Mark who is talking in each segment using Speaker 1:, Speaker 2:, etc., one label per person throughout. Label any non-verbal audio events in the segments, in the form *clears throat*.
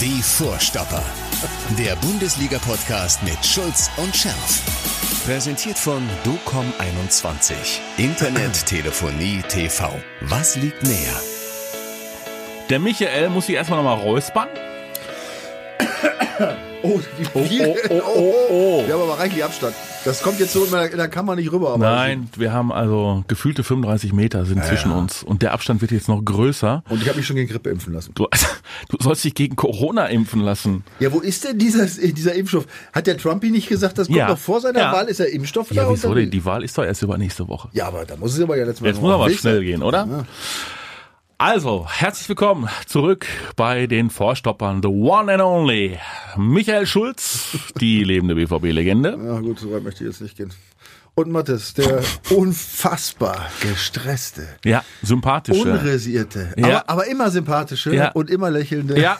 Speaker 1: Die Vorstopper. Der Bundesliga-Podcast mit Schulz und Scherf. Präsentiert von DOCOM21. Internet, Telefonie, TV. Was liegt näher?
Speaker 2: Der Michael muss sich erstmal nochmal räuspern.
Speaker 3: Oh, wie viel.
Speaker 2: oh, oh, oh, oh.
Speaker 3: Wir haben aber reichlich Abstand. Das kommt jetzt so in der, in der Kammer nicht rüber. Aber
Speaker 2: Nein, wir haben also gefühlte 35 Meter sind zwischen uns und der Abstand wird jetzt noch größer.
Speaker 3: Und ich habe mich schon gegen Grippe impfen lassen.
Speaker 2: Du, also, du sollst dich gegen Corona impfen lassen.
Speaker 3: Ja, wo ist denn dieses, äh, dieser Impfstoff? Hat der Trumpy nicht gesagt, das kommt
Speaker 2: Ja.
Speaker 3: noch vor seiner
Speaker 2: Ja.
Speaker 3: Wahl? Ist der Impfstoff da?
Speaker 2: Ja,
Speaker 3: und
Speaker 2: wieso?
Speaker 3: dann-
Speaker 2: Die, die Wahl ist doch erst übernächste Woche.
Speaker 3: Ja, aber da muss es aber ja letztes Mal
Speaker 2: Jetzt
Speaker 3: noch
Speaker 2: muss
Speaker 3: auf
Speaker 2: aber
Speaker 3: den Weg
Speaker 2: schnell
Speaker 3: sein.
Speaker 2: gehen, oder?
Speaker 3: Ja.
Speaker 2: Also, herzlich willkommen zurück bei den Vorstoppern, the one and only Michael Schulz, die lebende BVB-Legende.
Speaker 3: Ja, gut, so weit möchte ich jetzt nicht gehen. Und
Speaker 2: *laughs*
Speaker 3: Mattes, der unfassbar gestresste,
Speaker 2: Ja, sympathische.
Speaker 3: unresierte,
Speaker 2: Ja.
Speaker 3: aber, aber immer sympathische
Speaker 2: Ja.
Speaker 3: und immer lächelnde *laughs*
Speaker 2: Ja.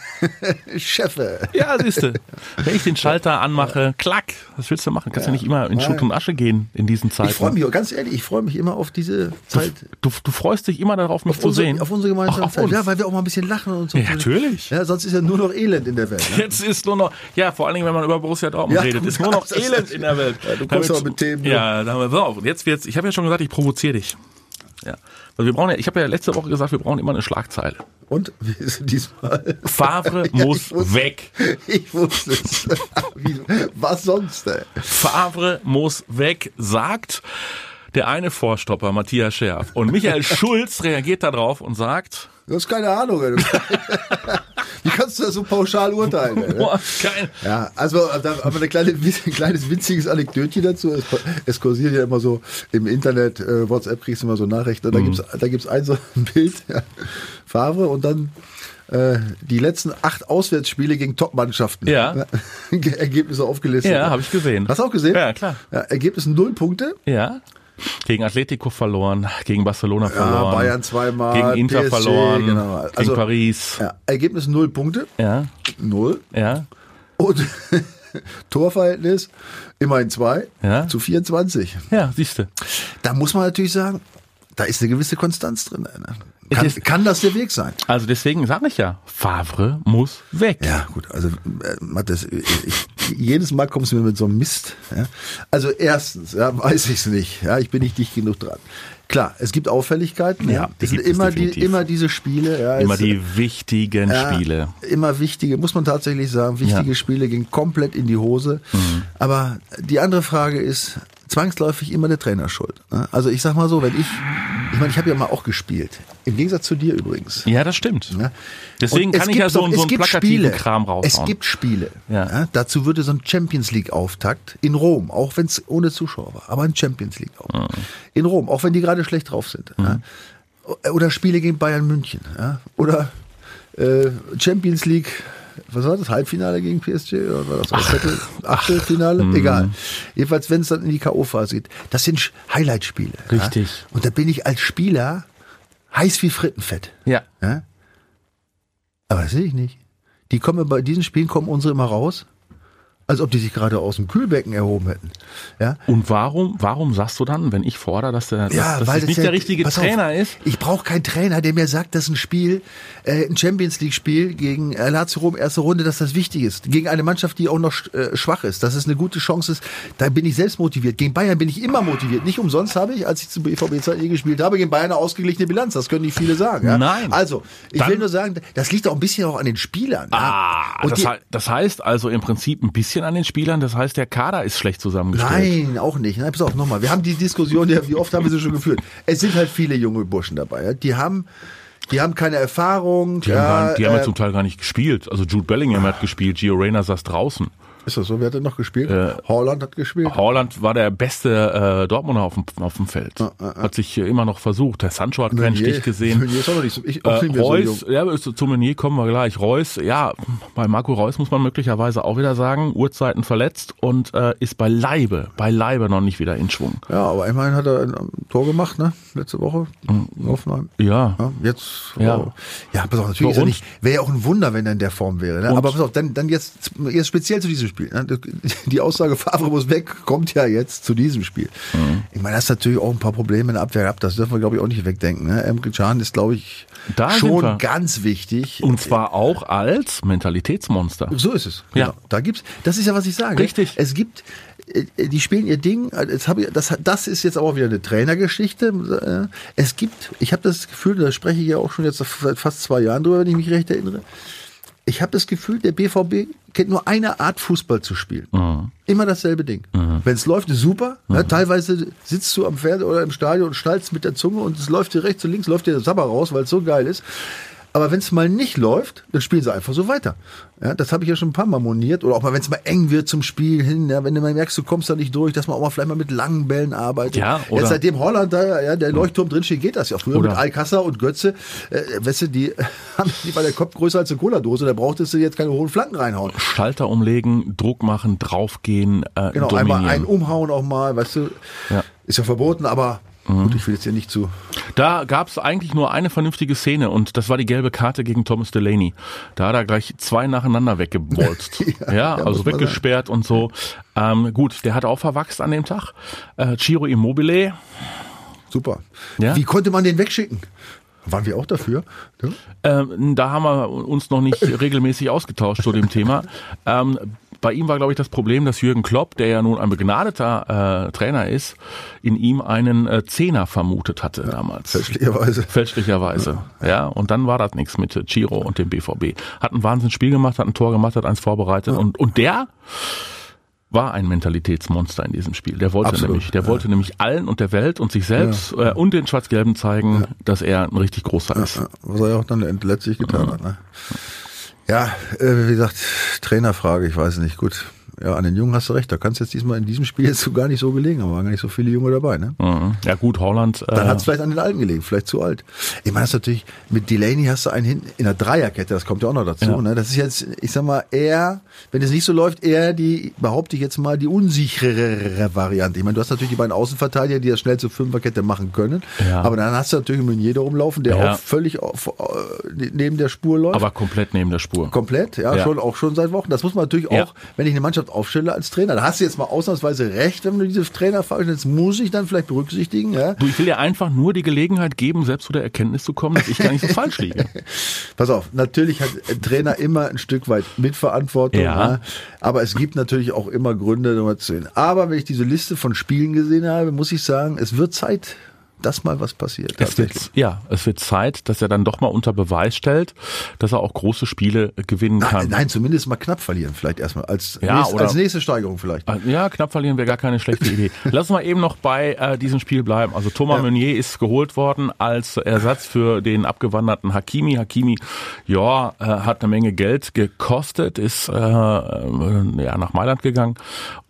Speaker 3: Chefe.
Speaker 2: Ja, siehste. Wenn ich den Schalter anmache, klack, was willst du machen? Kannst ja, nicht immer in Schutt und Asche gehen in diesen Zeiten.
Speaker 3: Ich freue mich, ganz ehrlich, ich freue mich immer auf diese Zeit.
Speaker 2: Du, du freust dich immer darauf, mich zu
Speaker 3: unsere,
Speaker 2: sehen.
Speaker 3: Auf unsere gemeinsame
Speaker 2: Auch auf
Speaker 3: Zeit.
Speaker 2: uns.
Speaker 3: Ja, weil wir auch mal ein bisschen lachen und so.
Speaker 2: Ja, natürlich.
Speaker 3: Ja, sonst ist ja nur noch Elend in
Speaker 2: *laughs*
Speaker 3: der Welt. Ne?
Speaker 2: Jetzt ist nur noch, ja, vor allen Dingen, wenn man über Borussia Dortmund
Speaker 3: *laughs* Ja,
Speaker 2: redet,
Speaker 3: du-
Speaker 2: ist nur noch
Speaker 3: das ist-
Speaker 2: Elend in der Welt.
Speaker 3: Ja, du
Speaker 2: Damit-
Speaker 3: kommst aber mit Themen, ne?
Speaker 2: Ja, da haben wir, pass auf, und jetzt wird's, ich habe ja schon gesagt, ich provoziere dich. Ja. Also wir brauchen ja, ich habe ja letzte Woche gesagt, wir brauchen immer eine Schlagzeile.
Speaker 3: Und wie ist es diesmal? *laughs*
Speaker 2: Favre
Speaker 3: Ja, ich
Speaker 2: muss
Speaker 3: wusste-
Speaker 2: weg.
Speaker 3: Ich wusste es. *laughs* Wie- Was sonst, ey?
Speaker 2: Favre muss weg, sagt der eine Vorstopper, Matthias Schärf. Und
Speaker 3: *laughs*
Speaker 2: Michael Schulz reagiert darauf und sagt,
Speaker 3: Du *laughs* hast keine Ahnung, ey. Wie kannst du das so pauschal urteilen, ey? ne?
Speaker 2: boah, geil.
Speaker 3: Ja, also da, aber ein kleine, *laughs* ein kleines witziges Anekdötchen dazu. Es, es kursiert ja immer so im Internet, äh, WhatsApp kriegst du immer so Nachrichten. Und
Speaker 2: Mhm.
Speaker 3: da gibt's da gibt's ein so ein Bild, *laughs* ja, Favre und dann äh, die letzten acht Auswärtsspiele gegen Top-Mannschaften.
Speaker 2: Ja.
Speaker 3: *laughs* Ergebnisse aufgelistet.
Speaker 2: Ja, habe ich gesehen.
Speaker 3: Hast du auch gesehen?
Speaker 2: Ja, klar.
Speaker 3: Ja, Ergebnis null Punkte.
Speaker 2: Ja. Gegen Atletico verloren, gegen Barcelona verloren.
Speaker 3: Bayern ah, zweimal,
Speaker 2: Gegen Inter
Speaker 3: PSG,
Speaker 2: verloren,
Speaker 3: genau.
Speaker 2: gegen
Speaker 3: Also-
Speaker 2: Paris.
Speaker 3: Ja, Ergebnis null Punkte.
Speaker 2: Ja,
Speaker 3: Null.
Speaker 2: ja.
Speaker 3: Und *laughs* Torverhältnis immerhin zwei
Speaker 2: Ja.
Speaker 3: zu 24.
Speaker 2: Ja, siehste.
Speaker 3: Da muss man natürlich sagen, da ist eine gewisse Konstanz drin. Ne?
Speaker 2: Es
Speaker 3: Kann,
Speaker 2: ist-
Speaker 3: kann das der Weg sein?
Speaker 2: Also deswegen sage ich ja, Favre muss weg.
Speaker 3: Ja, gut, also äh, Mattes, ich, jedes Mal kommst du mir mit so einem Mist. Ja? Also erstens, ja, weiß ich es nicht. Ja, ich bin nicht dicht genug dran. Klar, es gibt Auffälligkeiten. Ja,
Speaker 2: die
Speaker 3: es sind
Speaker 2: gibt es
Speaker 3: immer, die,
Speaker 2: definitiv.
Speaker 3: immer diese Spiele. Ja,
Speaker 2: Immer
Speaker 3: es,
Speaker 2: die wichtigen
Speaker 3: ja,
Speaker 2: Spiele.
Speaker 3: Immer wichtige, muss man tatsächlich sagen, wichtige
Speaker 2: Ja. Mhm.
Speaker 3: Spiele gehen komplett in die Hose. Aber die andere Frage ist zwangsläufig immer der Trainer schuld. ne? Also ich sag mal so, wenn ich, ich meine, ich habe ja mal auch gespielt. Im Gegensatz zu dir übrigens.
Speaker 2: Ja, das stimmt.
Speaker 3: ne?
Speaker 2: Deswegen
Speaker 3: Und es
Speaker 2: kann ich
Speaker 3: gibt
Speaker 2: ja so,
Speaker 3: doch-
Speaker 2: so
Speaker 3: es
Speaker 2: einen
Speaker 3: gibt
Speaker 2: plakativen
Speaker 3: Spiele.
Speaker 2: Kram raushauen.
Speaker 3: Es gibt Spiele.
Speaker 2: Ja.
Speaker 3: Ja, dazu würde so ein Champions League Auftakt in Rom, auch wenn es ohne Zuschauer war, aber ein Champions League Auftakt
Speaker 2: Mhm.
Speaker 3: in Rom, auch wenn die gerade schlecht drauf sind. Ja. Oder Spiele gegen Bayern München. Ja. Oder äh, Champions League. Was war das? Halbfinale gegen PSG? Oder war das auch Viertel, Achtelfinale?
Speaker 2: Mhm.
Speaker 3: Egal. Jedenfalls, wenn es dann in die K.O.-Phase geht. Das sind Sch- Highlight-Spiele.
Speaker 2: Richtig.
Speaker 3: Ja? Und da bin ich als Spieler heiß wie Frittenfett.
Speaker 2: Ja.
Speaker 3: Ja? Aber das sehe ich nicht. Die kommen bei diesen Spielen kommen unsere immer raus, als ob die sich gerade aus dem Kühlbecken erhoben hätten. Ja,
Speaker 2: Und warum, warum sagst du dann, wenn ich fordere, dass der, dass, dass es nicht
Speaker 3: ja-
Speaker 2: der richtige
Speaker 3: pass auf,
Speaker 2: Trainer ist?
Speaker 3: Ich brauche keinen Trainer, der mir sagt, dass ein Spiel, äh, ein Champions League Spiel gegen äh, Lazio Rom erste Runde, dass das wichtig ist. Gegen eine Mannschaft, die auch noch sch- äh, schwach ist, dass es eine gute Chance ist. Da bin ich selbst motiviert. Gegen Bayern bin ich immer motiviert. Nicht umsonst habe ich, als ich zu BVB Zeit E gespielt habe, gegen Bayern eine ausgeglichene Bilanz. Das können nicht viele sagen. Ja?
Speaker 2: Nein.
Speaker 3: Also, ich
Speaker 2: Dann-
Speaker 3: will nur sagen, das liegt auch ein bisschen auch an den Spielern.
Speaker 2: Ah,
Speaker 3: ja? Und
Speaker 2: das,
Speaker 3: die,
Speaker 2: hei- das heißt also im Prinzip ein bisschen an den Spielern, das heißt, der Kader ist schlecht zusammengestellt.
Speaker 3: Nein, auch nicht. Nein, pass auf, nochmal. Wir haben die Diskussion, ja, wie oft haben wir sie schon geführt? Es sind halt viele junge Burschen dabei. Ja? Die haben, die haben keine Erfahrung.
Speaker 2: Die, haben,
Speaker 3: ja,
Speaker 2: gar, die haben ja
Speaker 3: äh, Ah.
Speaker 2: zum Teil gar nicht gespielt. Also Jude Bellingham hat gespielt, Gio Reyna saß draußen.
Speaker 3: ist das so? Wer hat denn noch gespielt?
Speaker 2: Äh,
Speaker 3: Holland hat gespielt.
Speaker 2: Haaland war der beste äh, Dortmunder auf dem, auf dem Feld. Hat sich äh, immer noch versucht. Der Sancho hat keinen
Speaker 3: Ah, Meunier-
Speaker 2: Stich gesehen.
Speaker 3: Meunier ist auch noch nicht so, ich, auch
Speaker 2: Äh,
Speaker 3: nicht mehr so jung.
Speaker 2: Reus, ja, aber ist- zu Meunier kommen wir gleich. Reus, ja, bei Marco Reus muss man möglicherweise auch wieder sagen, Uhrzeiten verletzt und äh, ist beileibe, beileibe noch nicht wieder in Schwung.
Speaker 3: Ja, aber immerhin hat er ein ähm, Tor gemacht, ne? Letzte Woche.
Speaker 2: Mhm.
Speaker 3: in Hoffenheim.
Speaker 2: Ja.
Speaker 3: Ja, jetzt.
Speaker 2: Ja.
Speaker 3: oh. ja, pass auf, natürlich ist er
Speaker 2: Und?
Speaker 3: nicht. Wäre ja auch ein Wunder, wenn er in der Form wäre. Ne? Aber pass auf, dann, dann jetzt, jetzt speziell zu diesem Spiel. Ne? *laughs* Die Aussage, Favre muss weg, kommt ja jetzt zu diesem Spiel.
Speaker 2: Mhm.
Speaker 3: Ich meine, das ist natürlich auch ein paar Probleme in der Abwehr gehabt. Das dürfen wir, glaube ich, auch nicht wegdenken. Ne? Emre Can ist, glaube ich,
Speaker 2: Da sind wir.
Speaker 3: schon ganz wichtig.
Speaker 2: Und zwar auch als Mentalitätsmonster.
Speaker 3: So ist es.
Speaker 2: Genau.
Speaker 3: Genau.
Speaker 2: Ja.
Speaker 3: Da gibt's, das ist ja, was ich sage.
Speaker 2: Richtig.
Speaker 3: Es gibt, äh, die spielen ihr Ding. äh, Jetzt hab ich, das, hat- das ist jetzt aber auch wieder eine Trainergeschichte. äh, Es gibt, ich habe das Gefühl, da spreche ich ja auch schon jetzt seit fast zwei Jahren drüber, wenn ich mich recht erinnere. Ich habe das Gefühl, der BVB kennt nur eine Art Fußball zu spielen.
Speaker 2: Mhm.
Speaker 3: Immer dasselbe Ding. Wenn es läuft, ist super. Ne? Teilweise sitzt du am Fernseher oder im Stadion und schnallst mit der Zunge und es läuft dir rechts und links, läuft dir der Sabber raus, weil es so geil ist. Aber wenn es mal nicht läuft, dann spielen sie einfach so weiter. Ja, das habe ich ja schon ein paar Mal moniert. Oder auch mal, wenn es mal eng wird zum Spiel hin, ja, wenn du mal merkst, du kommst da nicht durch, dass man auch mal vielleicht mal mit langen Bällen arbeitet.
Speaker 2: Ja, oder- Mhm.
Speaker 3: Jetzt seitdem Holland da ja, der Leuchtturm drin steht, geht das ja. Früher
Speaker 2: Oder-
Speaker 3: mit Alcázar und Götze, äh, weißt du, die, *laughs* haben- die war der Kopf größer als eine Cola-Dose, da brauchtest du jetzt keine hohen Flanken reinhauen.
Speaker 2: Schalter umlegen, Druck machen, draufgehen, äh,
Speaker 3: Genau,
Speaker 2: dominieren.
Speaker 3: einmal einen umhauen auch mal, weißt du.
Speaker 2: Ja. Mhm.
Speaker 3: Ist ja verboten, aber gut, ich will jetzt hier nicht zu.
Speaker 2: Da gab es eigentlich nur eine vernünftige Szene und das war die gelbe Karte gegen Thomas Delaney. Da hat er gleich zwei nacheinander weggebolzt. ja,
Speaker 3: *laughs* Ja, ja,
Speaker 2: also
Speaker 3: muss man
Speaker 2: weggesperrt und so. Ähm, gut, der hat auch verwachst an dem Tag. Äh, Ciro Immobile,
Speaker 3: Super.
Speaker 2: Ja.
Speaker 3: Wie konnte man den wegschicken? Waren wir auch dafür? Ne?
Speaker 2: ähm, da haben wir uns noch
Speaker 3: *laughs*
Speaker 2: nicht regelmäßig ausgetauscht zu dem Thema. Ähm, bei ihm war, glaube ich, das Problem, dass Jürgen Klopp, der ja nun ein begnadeter äh, Trainer ist, in ihm einen äh, Zehner vermutet hatte damals.
Speaker 3: Fälschlicherweise.
Speaker 2: Fälschlicherweise. Ja, und dann war das nichts mit Chiro und dem BVB. Hat ein Wahnsinnsspiel gemacht, hat ein Tor gemacht, hat eins vorbereitet und, und der war ein Mentalitätsmonster in diesem Spiel. Der wollte
Speaker 3: Absolut,
Speaker 2: nämlich, der wollte nämlich allen und der Welt und sich selbst äh, und den Schwarz-Gelben zeigen, dass er ein richtig großer ist.
Speaker 3: Ja, Was er ja auch dann letztlich getan hat. Ne? Ja, äh, wie gesagt, Trainerfrage, ich weiß nicht. Gut, ja, an den Jungen hast du recht. Da kannst jetzt diesmal in diesem Spiel jetzt so gar nicht so gelegen. haben. waren gar nicht so viele Junge dabei. Ne?
Speaker 2: Mhm. Ja gut, Holland.
Speaker 3: Dann
Speaker 2: Äh,
Speaker 3: hat es vielleicht an den Alten gelegen, vielleicht zu alt. Ich meine, das ist natürlich, mit Delaney hast du einen hinten in der Dreierkette, das kommt ja auch noch dazu.
Speaker 2: Ja.
Speaker 3: Ne? Das ist jetzt, ich sag mal, eher, wenn es nicht so läuft, eher die, behaupte ich jetzt mal, die unsicherere Variante. Ich meine, du hast natürlich die beiden Außenverteidiger, die das schnell zur Fünferkette machen können.
Speaker 2: Ja.
Speaker 3: Aber dann hast du natürlich einen Meunier da rumlaufen, der
Speaker 2: Ja.
Speaker 3: auch völlig auf, äh, neben der Spur läuft.
Speaker 2: aber komplett neben der Spur.
Speaker 3: Komplett, ja,
Speaker 2: Ja.
Speaker 3: schon auch schon seit Wochen. Das muss man natürlich
Speaker 2: Ja.
Speaker 3: auch, wenn ich eine Mannschaft aufstelle als Trainer, da hast du jetzt mal ausnahmsweise recht, wenn du diese Trainerfrage stellst, muss ich dann vielleicht berücksichtigen, ja.
Speaker 2: Du, ich will dir einfach nur die Gelegenheit geben, selbst zu der Erkenntnis zu kommen, dass ich gar nicht so falsch
Speaker 3: *laughs*
Speaker 2: liege.
Speaker 3: Pass auf, natürlich hat ein Trainer immer ein Stück weit Mitverantwortung,
Speaker 2: Ja.
Speaker 3: ne? aber es gibt natürlich auch immer Gründe, nochmal zu sehen. Aber wenn ich diese Liste von Spielen gesehen habe, muss ich sagen, es wird Zeit, dass mal was passiert.
Speaker 2: Es wird, ja, es wird Zeit, dass er dann doch mal unter Beweis stellt, dass er auch große Spiele gewinnen
Speaker 3: Ah,
Speaker 2: kann.
Speaker 3: Nein, zumindest mal knapp verlieren, vielleicht erstmal. Als,
Speaker 2: Ja,
Speaker 3: nächst,
Speaker 2: oder-
Speaker 3: als nächste Steigerung vielleicht.
Speaker 2: Ah, Ja, knapp verlieren wäre gar keine schlechte Idee. Lass mal eben noch bei äh, diesem Spiel bleiben. Also Thomas Meunier ist geholt worden als Ersatz für den abgewanderten Hakimi. Hakimi, ja, äh, hat eine Menge Geld gekostet, ist äh, äh, ja, nach Mailand gegangen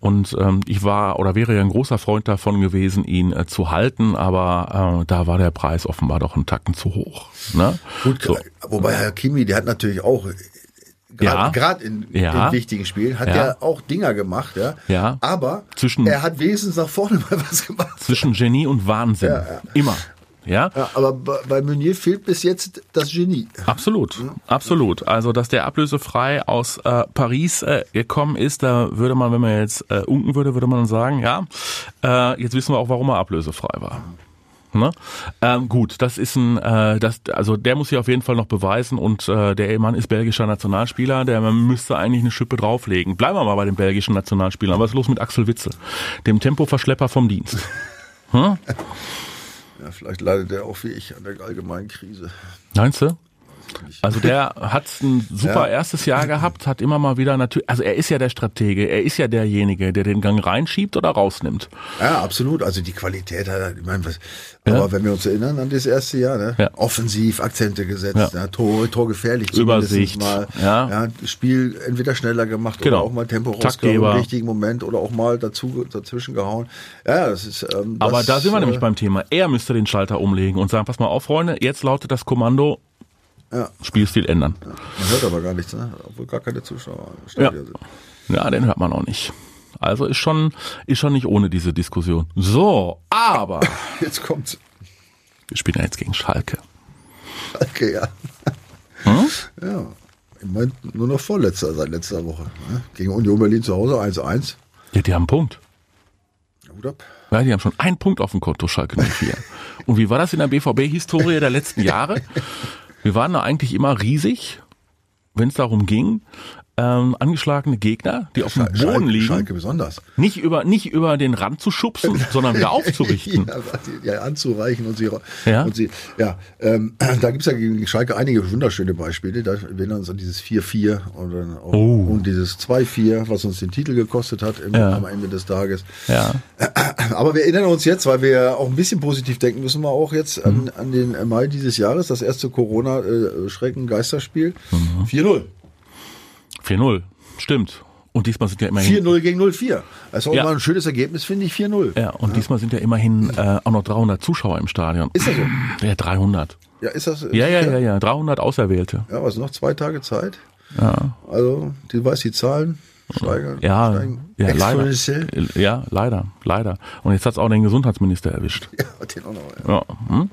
Speaker 2: und ähm, ich war oder wäre ja ein großer Freund davon gewesen, ihn äh, zu halten, aber äh, da war der Preis offenbar doch einen Tacken zu hoch. Ne?
Speaker 3: Gut, äh,
Speaker 2: so.
Speaker 3: wobei Herr Kimi, der hat natürlich auch
Speaker 2: Ja.
Speaker 3: gerade gerade in
Speaker 2: Ja.
Speaker 3: den wichtigen Spielen hat
Speaker 2: Ja.
Speaker 3: er auch Dinger gemacht, ja.
Speaker 2: Ja.
Speaker 3: Aber
Speaker 2: Zwischen-
Speaker 3: er hat wenigstens nach vorne *laughs* mal was gemacht.
Speaker 2: zwischen Genie und Wahnsinn. Immer. Ja?
Speaker 3: Ja, aber bei bei Meunier fehlt bis jetzt das Genie.
Speaker 2: absolut, absolut. Also, dass der ablösefrei aus äh, Paris äh, gekommen ist, da würde man, wenn man jetzt äh, unken würde, würde man sagen, ja, äh, jetzt wissen wir auch, warum er ablösefrei war. Ne? Ähm, gut, das ist ein, äh, das, also der muss sich auf jeden Fall noch beweisen und äh, der Mann ist belgischer Nationalspieler, der man müsste eigentlich eine Schippe drauflegen. Bleiben wir mal bei den belgischen Nationalspielern. Was ist los mit Axel Witze, dem Tempoverschlepper vom Dienst?
Speaker 3: Ja, vielleicht leidet er auch wie ich an der allgemeinen Krise.
Speaker 2: Meinst du? Also der hat ein super
Speaker 3: Ja.
Speaker 2: erstes Jahr gehabt, hat immer mal wieder natürlich, also er ist ja der Stratege, er ist ja derjenige, der den Gang reinschiebt oder rausnimmt.
Speaker 3: Ja, absolut. Also die Qualität hat er, ich meine, was, aber wenn wir uns erinnern an das erste Jahr, ne?
Speaker 2: Ja.
Speaker 3: offensiv Akzente gesetzt,
Speaker 2: Ja.
Speaker 3: ne? Tor, Tor gefährlich,
Speaker 2: Übersicht,
Speaker 3: mal.
Speaker 2: ja.
Speaker 3: Spiel entweder schneller gemacht
Speaker 2: Genau.
Speaker 3: oder auch mal Tempo rausgehauen
Speaker 2: Taktgeber.
Speaker 3: im richtigen Moment oder auch mal dazu, dazwischen gehauen. Ja, das ist. Ähm,
Speaker 2: Aber
Speaker 3: das,
Speaker 2: da sind wir nämlich
Speaker 3: äh,
Speaker 2: beim Thema. Er müsste den Schalter umlegen und sagen, pass mal auf, Freunde, jetzt lautet das Kommando,
Speaker 3: Ja.
Speaker 2: Spielstil ändern.
Speaker 3: Man hört aber gar nichts, ne? obwohl gar keine Zuschauer im
Speaker 2: Ja.
Speaker 3: Stadion sind.
Speaker 2: ja, den hört man auch nicht. Also ist schon, ist schon nicht ohne diese Diskussion. So, aber
Speaker 3: Jetzt kommt's.
Speaker 2: wir spielen ja jetzt gegen Schalke.
Speaker 3: Okay, ja. Ja. im Moment nur noch Vorletzter seit letzter Woche. Ne? Gegen Union Berlin zu Hause 1-1.
Speaker 2: Ja, die haben einen Punkt.
Speaker 3: Hut ab.
Speaker 2: Ja, die haben schon einen Punkt auf dem Konto, Schalke 04. Und wie war das in der BVB-Historie der letzten Jahre? Wir waren da eigentlich immer riesig, wenn es darum ging, ähm, angeschlagene Gegner, die auf dem
Speaker 3: Schalke-
Speaker 2: Boden liegen,
Speaker 3: Schalke besonders.
Speaker 2: nicht über nicht über den Rand zu
Speaker 3: *laughs*
Speaker 2: schubsen, sondern wieder aufzurichten.
Speaker 3: Ja, was- ja, anzureichen und sie.
Speaker 2: Ja?
Speaker 3: Und sie ja ähm, *clears throat* da gibt es ja gegen Schalke einige wunderschöne Beispiele. Da wir erinnern uns an dieses 4-4 und, dann auch, und dieses 2-4, was uns den Titel gekostet hat im,
Speaker 2: Oh. Ja.
Speaker 3: am Ende des Tages.
Speaker 2: Ja.
Speaker 3: Aber wir erinnern uns jetzt, weil wir auch ein bisschen positiv denken, müssen wir auch jetzt
Speaker 2: Mhm.
Speaker 3: an, an den Mai dieses Jahres, das erste Corona-Schrecken-Geisterspiel.
Speaker 2: Mhm.
Speaker 3: 4-0.
Speaker 2: 4-0. Stimmt. Und diesmal sind ja immerhin
Speaker 3: 4-0 gegen 0-4. Das ist auch
Speaker 2: Ja.
Speaker 3: immer ein schönes Ergebnis, finde ich, 4-0.
Speaker 2: ja, und diesmal sind ja immerhin äh, auch noch 300 Zuschauer im Stadion.
Speaker 3: Ist das so?
Speaker 2: Ja, 300.
Speaker 3: Ja, ist das?
Speaker 2: Ja, ja, ja, ja, 300 Auserwählte.
Speaker 3: Ja, was noch? Zwei Tage Zeit. Ja. Also, du weißt die Zahlen. Steigern.
Speaker 2: Ja,
Speaker 3: steigen.
Speaker 2: ja leider.
Speaker 3: Exponentiell. *laughs*
Speaker 2: Ja, leider, leider. Und jetzt hat's auch den Gesundheitsminister erwischt.
Speaker 3: Ja, den auch noch. Ja.
Speaker 2: Ja, hm?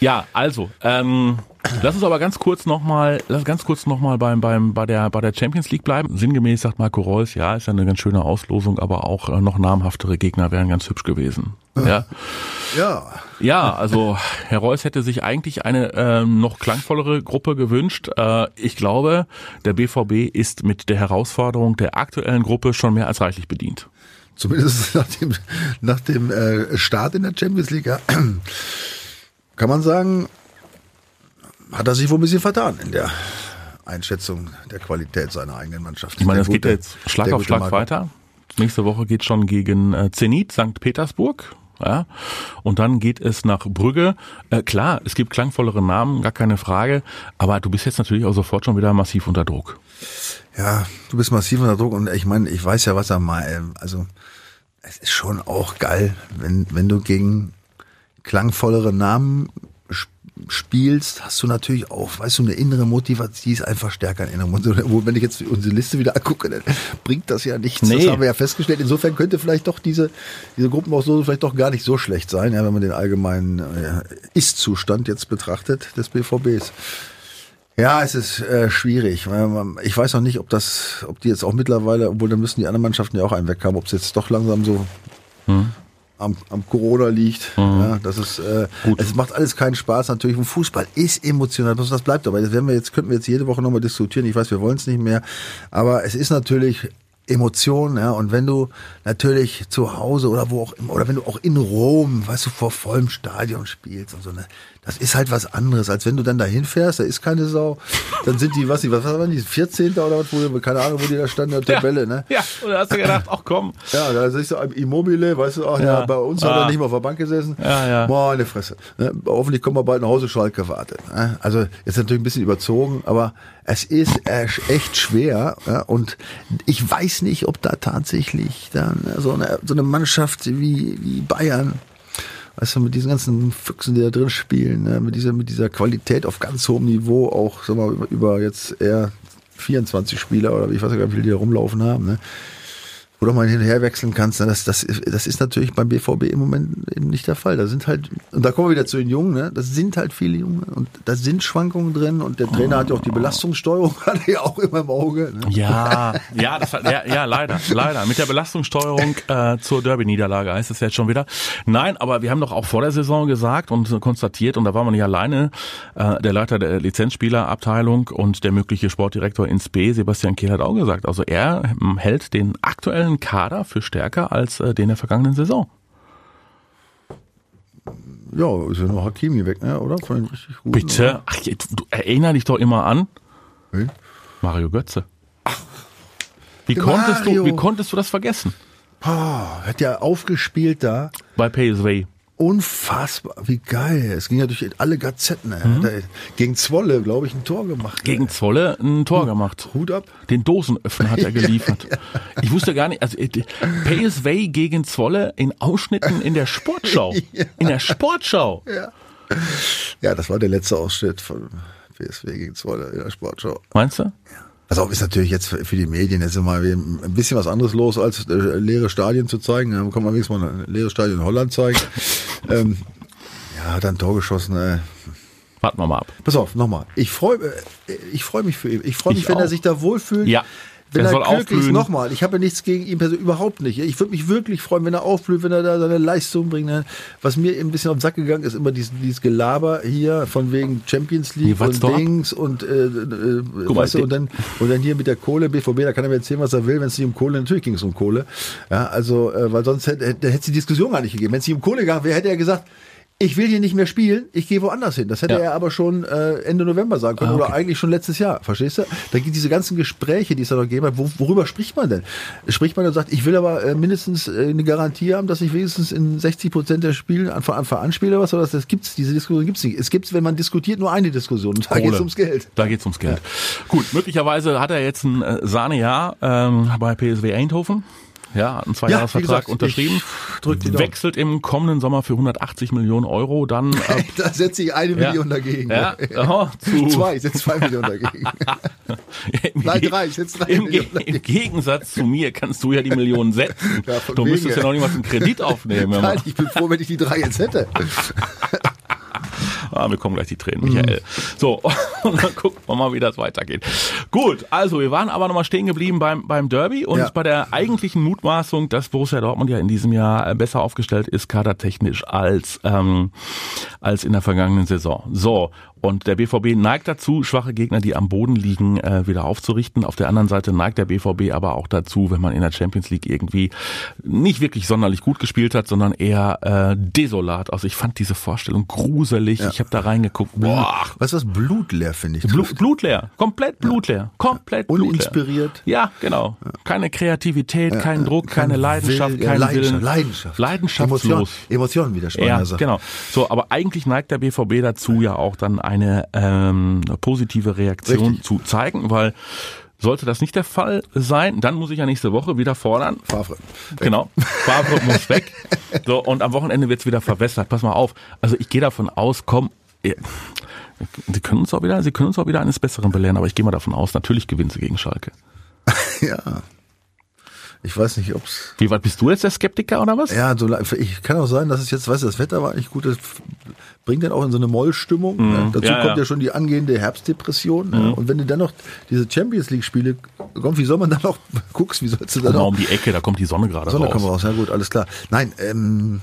Speaker 2: ja also, ähm, lass uns aber ganz kurz nochmal, lass ganz kurz nochmal beim, beim, bei der, bei der Champions League bleiben. Sinngemäß sagt Marco Reus, ja, ist ja eine ganz schöne Auslosung, aber auch äh, noch namhaftere Gegner wären ganz hübsch gewesen. Ja.
Speaker 3: ja.
Speaker 2: Ja, also Herr Reus hätte sich eigentlich eine ähm, noch klangvollere Gruppe gewünscht. Äh, ich glaube, der BVB ist mit der Herausforderung der aktuellen Gruppe schon mehr als reichlich bedient.
Speaker 3: Zumindest *laughs* nach dem, nach dem äh, Start in der Champions League. Ja. *clears throat* Kann man sagen, hat er sich wohl ein bisschen vertan in der Einschätzung der Qualität seiner eigenen Mannschaft.
Speaker 2: Ich meine, das geht jetzt Schlag auf Schlag weiter. Nächste Woche geht schon gegen äh, Zenit, St. Petersburg. Ja, und dann geht es nach Brügge. Äh, klar, es gibt klangvollere Namen, gar keine Frage. Aber du bist jetzt natürlich auch sofort schon wieder massiv unter Druck.
Speaker 3: Ja, du bist massiv unter Druck und ich meine, ich weiß ja, was er mal. ähm, Also es ist schon auch geil, wenn wenn du gegen klangvollere Namen sp- spielst, hast du natürlich auch, weißt du, eine innere Motivation, die ist einfach stärker eine innere Motivation. Obwohl, wenn ich jetzt unsere Liste wieder angucke, dann bringt das ja nichts. Das
Speaker 2: Nee.
Speaker 3: haben wir ja festgestellt. Insofern könnte vielleicht doch diese, diese Gruppenauslosung vielleicht doch gar nicht so schlecht sein, ja, wenn man den allgemeinen äh, Ist-Zustand jetzt betrachtet des BVBs. Ja, es ist äh, schwierig. Ich weiß noch nicht, ob das, ob die jetzt auch mittlerweile, obwohl dann müssen die anderen Mannschaften ja auch einen weg haben, ob es jetzt doch langsam so am, am Corona liegt. Ja, das ist, äh, es macht alles keinen Spaß natürlich. Und Fußball ist emotional, das das bleibt dabei. Das werden wir jetzt, könnten wir jetzt jede Woche nochmal diskutieren. Ich weiß, wir wollen es nicht mehr. Aber es ist natürlich Emotion, ja. Und wenn du natürlich zu Hause oder wo auch immer, oder wenn du auch in Rom, weißt du, vor vollem Stadion spielst und so, ne, das ist halt was anderes, als wenn du dann dahin fährst, da ist keine Sau. Dann sind die, was, die- was waren die, 14. oder was, wo, keine Ahnung, wo die da standen, in der Tabelle, ne?
Speaker 2: Ja, und da hast du gedacht, ach komm.
Speaker 3: Ja, da ist so ein Immobile, weißt du, ach, ja.
Speaker 2: Ja.
Speaker 3: bei uns hat
Speaker 2: Ah.
Speaker 3: er nicht mal auf der Bank gesessen.
Speaker 2: Ja, ja.
Speaker 3: Meine Fresse. Ne? Hoffentlich kommen wir bald nach Hause, Schalke wartet. Ne? Also jetzt natürlich ein bisschen überzogen, aber es ist äh, echt schwer. Ja? Und ich weiß nicht, ob da tatsächlich dann äh, so eine, so eine Mannschaft wie, wie Bayern Weißt du, mit diesen ganzen Füchsen, die da drin spielen, ne, mit, dieser, mit dieser Qualität auf ganz hohem Niveau, auch sag mal, über, über jetzt eher 24 Spieler oder ich weiß gar nicht, wie viele die da rumlaufen haben, ne? wo du mal hin und her wechseln kannst, ne? das, das, das ist natürlich beim BVB im Moment eben nicht der Fall. Da sind halt, und da kommen wir wieder zu den Jungen, ne? das sind halt viele Jungen und da sind Schwankungen drin und der Trainer hat ja auch die Belastungssteuerung *laughs* hat er ja auch immer im Auge. Ne?
Speaker 2: Oh. Ja, *laughs* ja, das war, ja, ja, leider, leider. Mit der Belastungssteuerung äh, zur Derby-Niederlage heißt es jetzt schon wieder. Nein, aber wir haben doch auch vor der Saison gesagt und so konstatiert, und da waren wir nicht alleine, äh, der Leiter der Lizenzspielerabteilung und der mögliche Sportdirektor ins B, Sebastian Kehl, hat auch gesagt, also er ähm, hält den aktuellen Kader für stärker als äh, den der vergangenen Saison.
Speaker 3: Ja, ist ja noch Hakimi weg, ne? oder? Von den richtig guten.
Speaker 2: Bitte, ach, je- du, du erinner dich doch immer an
Speaker 3: oder?
Speaker 2: Mario Götze. Wie
Speaker 3: der
Speaker 2: konntest, du,
Speaker 3: Mario.
Speaker 2: wie konntest du das vergessen?
Speaker 3: Ah, hat ja aufgespielt da.
Speaker 2: Bei PSV.
Speaker 3: Unfassbar, wie geil. Es ging ja durch alle Gazetten. ey. Da, gegen Zwolle, glaube ich, ein Tor gemacht.
Speaker 2: Mhm.
Speaker 3: ne?
Speaker 2: gegen Zolle ein Tor
Speaker 3: Hm.
Speaker 2: gemacht.
Speaker 3: Hut ab.
Speaker 2: Den Dosenöffner
Speaker 3: *laughs*
Speaker 2: hat er geliefert. Ich wusste gar nicht, also äh, PSV gegen Zwolle in Ausschnitten in der
Speaker 3: *laughs*
Speaker 2: Sportschau. In der Sportschau.
Speaker 3: Ja, das war der letzte Ausschnitt von PSW gegen Zwolle in der Sportschau.
Speaker 2: Meinst du?
Speaker 3: Also ist natürlich jetzt für für die Medien jetzt immer ein bisschen was anderes los, als äh, leere Stadien zu zeigen. Dann kann man wenigstens
Speaker 2: *laughs*
Speaker 3: mal ein leeres Stadion in Holland zeigen. ähm, ja, hat ein Tor geschossen. Äh.
Speaker 2: Warten wir mal ab.
Speaker 3: Pass auf, nochmal. Ich freue ich freu mich für ihn. Ich freue mich,
Speaker 2: Ich
Speaker 3: wenn
Speaker 2: auch.
Speaker 3: er sich da wohlfühlt.
Speaker 2: Ja.
Speaker 3: Wenn
Speaker 2: Er
Speaker 3: er,
Speaker 2: soll
Speaker 3: glücklich ist,
Speaker 2: aufblühen.
Speaker 3: nochmal. Ich habe nichts gegen ihn persönlich, überhaupt nicht. Ich würde mich wirklich freuen, wenn er aufblüht, wenn er da seine Leistung bringt. ne? Was mir ein bisschen auf den Sack gegangen ist, immer dieses, dieses Gelaber hier von wegen Champions League
Speaker 2: Nee, wart's
Speaker 3: und
Speaker 2: doch ab.
Speaker 3: Dings und, äh, äh,
Speaker 2: Guck mal,
Speaker 3: weißt du,
Speaker 2: die-
Speaker 3: und, dann, und dann hier mit der Kohle, BVB, da kann er mir erzählen, was er will, wenn es nicht um Kohle, natürlich ging es um Kohle. Ja, also, äh, weil sonst hätte hätte- hätte es die Diskussion gar nicht gegeben. Wenn es nicht um Kohle gegangen wäre, hätte er gesagt, ich will hier nicht mehr spielen, ich gehe woanders hin. Das hätte
Speaker 2: Ja. Ah,
Speaker 3: er aber schon äh, Ende November sagen können oder eigentlich schon letztes Jahr, verstehst du? Da gibt diese ganzen Gespräche, die es da noch gegeben hat, wo, worüber spricht man denn? Spricht man und sagt, ich will aber äh, mindestens äh, eine Garantie haben, dass ich wenigstens in 60 Prozent der Spiele an- von Anfang an spiele oder was? Oder was? das gibt's, diese Diskussion gibt's nicht. Es gibt, wenn man diskutiert, nur eine Diskussion und da
Speaker 2: Kohle.
Speaker 3: geht's ums Geld.
Speaker 2: Da geht's ums Geld. Gut, möglicherweise hat er jetzt ein äh, Sahnejahr ähm, bei PSW Eindhoven. Ja, hat einen Zweijahresvertrag
Speaker 3: gesagt,
Speaker 2: unterschrieben.
Speaker 3: ich drück die Daumen.
Speaker 2: Wechselt im kommenden Sommer für 180 Millionen Euro dann
Speaker 3: *laughs*
Speaker 2: äh,
Speaker 3: Da setze ich eine
Speaker 2: ja,
Speaker 3: Million dagegen. *laughs*
Speaker 2: Ja, oh, zu
Speaker 3: Zwei, ich setze zwei
Speaker 2: *laughs*
Speaker 3: Millionen dagegen.
Speaker 2: Im
Speaker 3: Nein,
Speaker 2: Ge-
Speaker 3: drei, ich setz drei
Speaker 2: Im, Ge
Speaker 3: Millionen dagegen.
Speaker 2: Im Gegensatz zu mir kannst du ja die Millionen setzen.
Speaker 3: *laughs* Ja, von
Speaker 2: du
Speaker 3: wegen,
Speaker 2: müsstest ja
Speaker 3: ja.
Speaker 2: noch niemals einen Kredit aufnehmen. wenn man-
Speaker 3: Nein, Halt, ich bin froh, wenn ich die drei jetzt hätte.
Speaker 2: Ah, mir kommen gleich die Tränen, Michael. So, *laughs* und dann gucken wir mal, wie das weitergeht. Gut, also wir waren aber nochmal stehen geblieben beim, beim Derby und
Speaker 3: Ja.
Speaker 2: bei der eigentlichen Mutmaßung, dass Borussia Dortmund ja in diesem Jahr äh, besser aufgestellt ist, kadertechnisch, als, ähm, als in der vergangenen Saison. So, und der BVB neigt dazu, schwache Gegner, die am Boden liegen, äh, wieder aufzurichten. Auf der anderen Seite neigt der BVB aber auch dazu, wenn man in der Champions League irgendwie nicht wirklich sonderlich gut gespielt hat, sondern eher äh, desolat. Also ich fand diese Vorstellung gruselig. Ich habe da reingeguckt. Boah.
Speaker 3: Was ist das? Blutleer, finde ich.
Speaker 2: Blu blutleer, komplett blutleer, komplett blutleer.
Speaker 3: Uninspiriert.
Speaker 2: Ja, genau. Keine Kreativität, kein Druck, keine
Speaker 3: Kein
Speaker 2: Leidenschaft,
Speaker 3: Will- ja,
Speaker 2: kein
Speaker 3: Leidenschaft,
Speaker 2: Willen.
Speaker 3: Leidenschaft.
Speaker 2: Leidenschaftslos.
Speaker 3: Emotion, Emotionen, also. wie der Spanier
Speaker 2: Ja,
Speaker 3: sagt.
Speaker 2: genau. So, aber eigentlich neigt der BVB dazu, ja auch dann eine ähm, positive Reaktion
Speaker 3: Richtig.
Speaker 2: zu zeigen, weil sollte das nicht der Fall sein, dann muss ich ja nächste Woche wieder fordern.
Speaker 3: Favre.
Speaker 2: Genau, Favre
Speaker 3: *laughs*
Speaker 2: muss weg. So, und am Wochenende wird's wieder verwässert. Pass mal auf. Also ich gehe davon aus, komm, ihr- sie können uns auch wieder, sie können uns auch wieder eines Besseren belehren, aber ich gehe mal davon aus, natürlich gewinnen sie gegen Schalke.
Speaker 3: Ja. Ich weiß nicht, ob's.
Speaker 2: Wie weit bist du jetzt der Skeptiker oder was?
Speaker 3: Ja, so, le- ich kann auch sein, dass es jetzt, weißt du, das Wetter war nicht gut, das f- bringt dann auch in so eine Mollstimmung. Ne? Dazu
Speaker 2: Mhm. Ja, Mhm.
Speaker 3: kommt ja.
Speaker 2: ja.
Speaker 3: schon die angehende Herbstdepression. Ne? Und wenn du dann noch diese Champions League-Spiele kommst, wie soll man dann noch, *laughs* guckst, wie sollst du dann
Speaker 2: Mal
Speaker 3: noch
Speaker 2: um die Ecke, da kommt die Sonne gerade
Speaker 3: Sonne
Speaker 2: raus.
Speaker 3: kommt raus, ja gut, alles klar. Nein, ähm,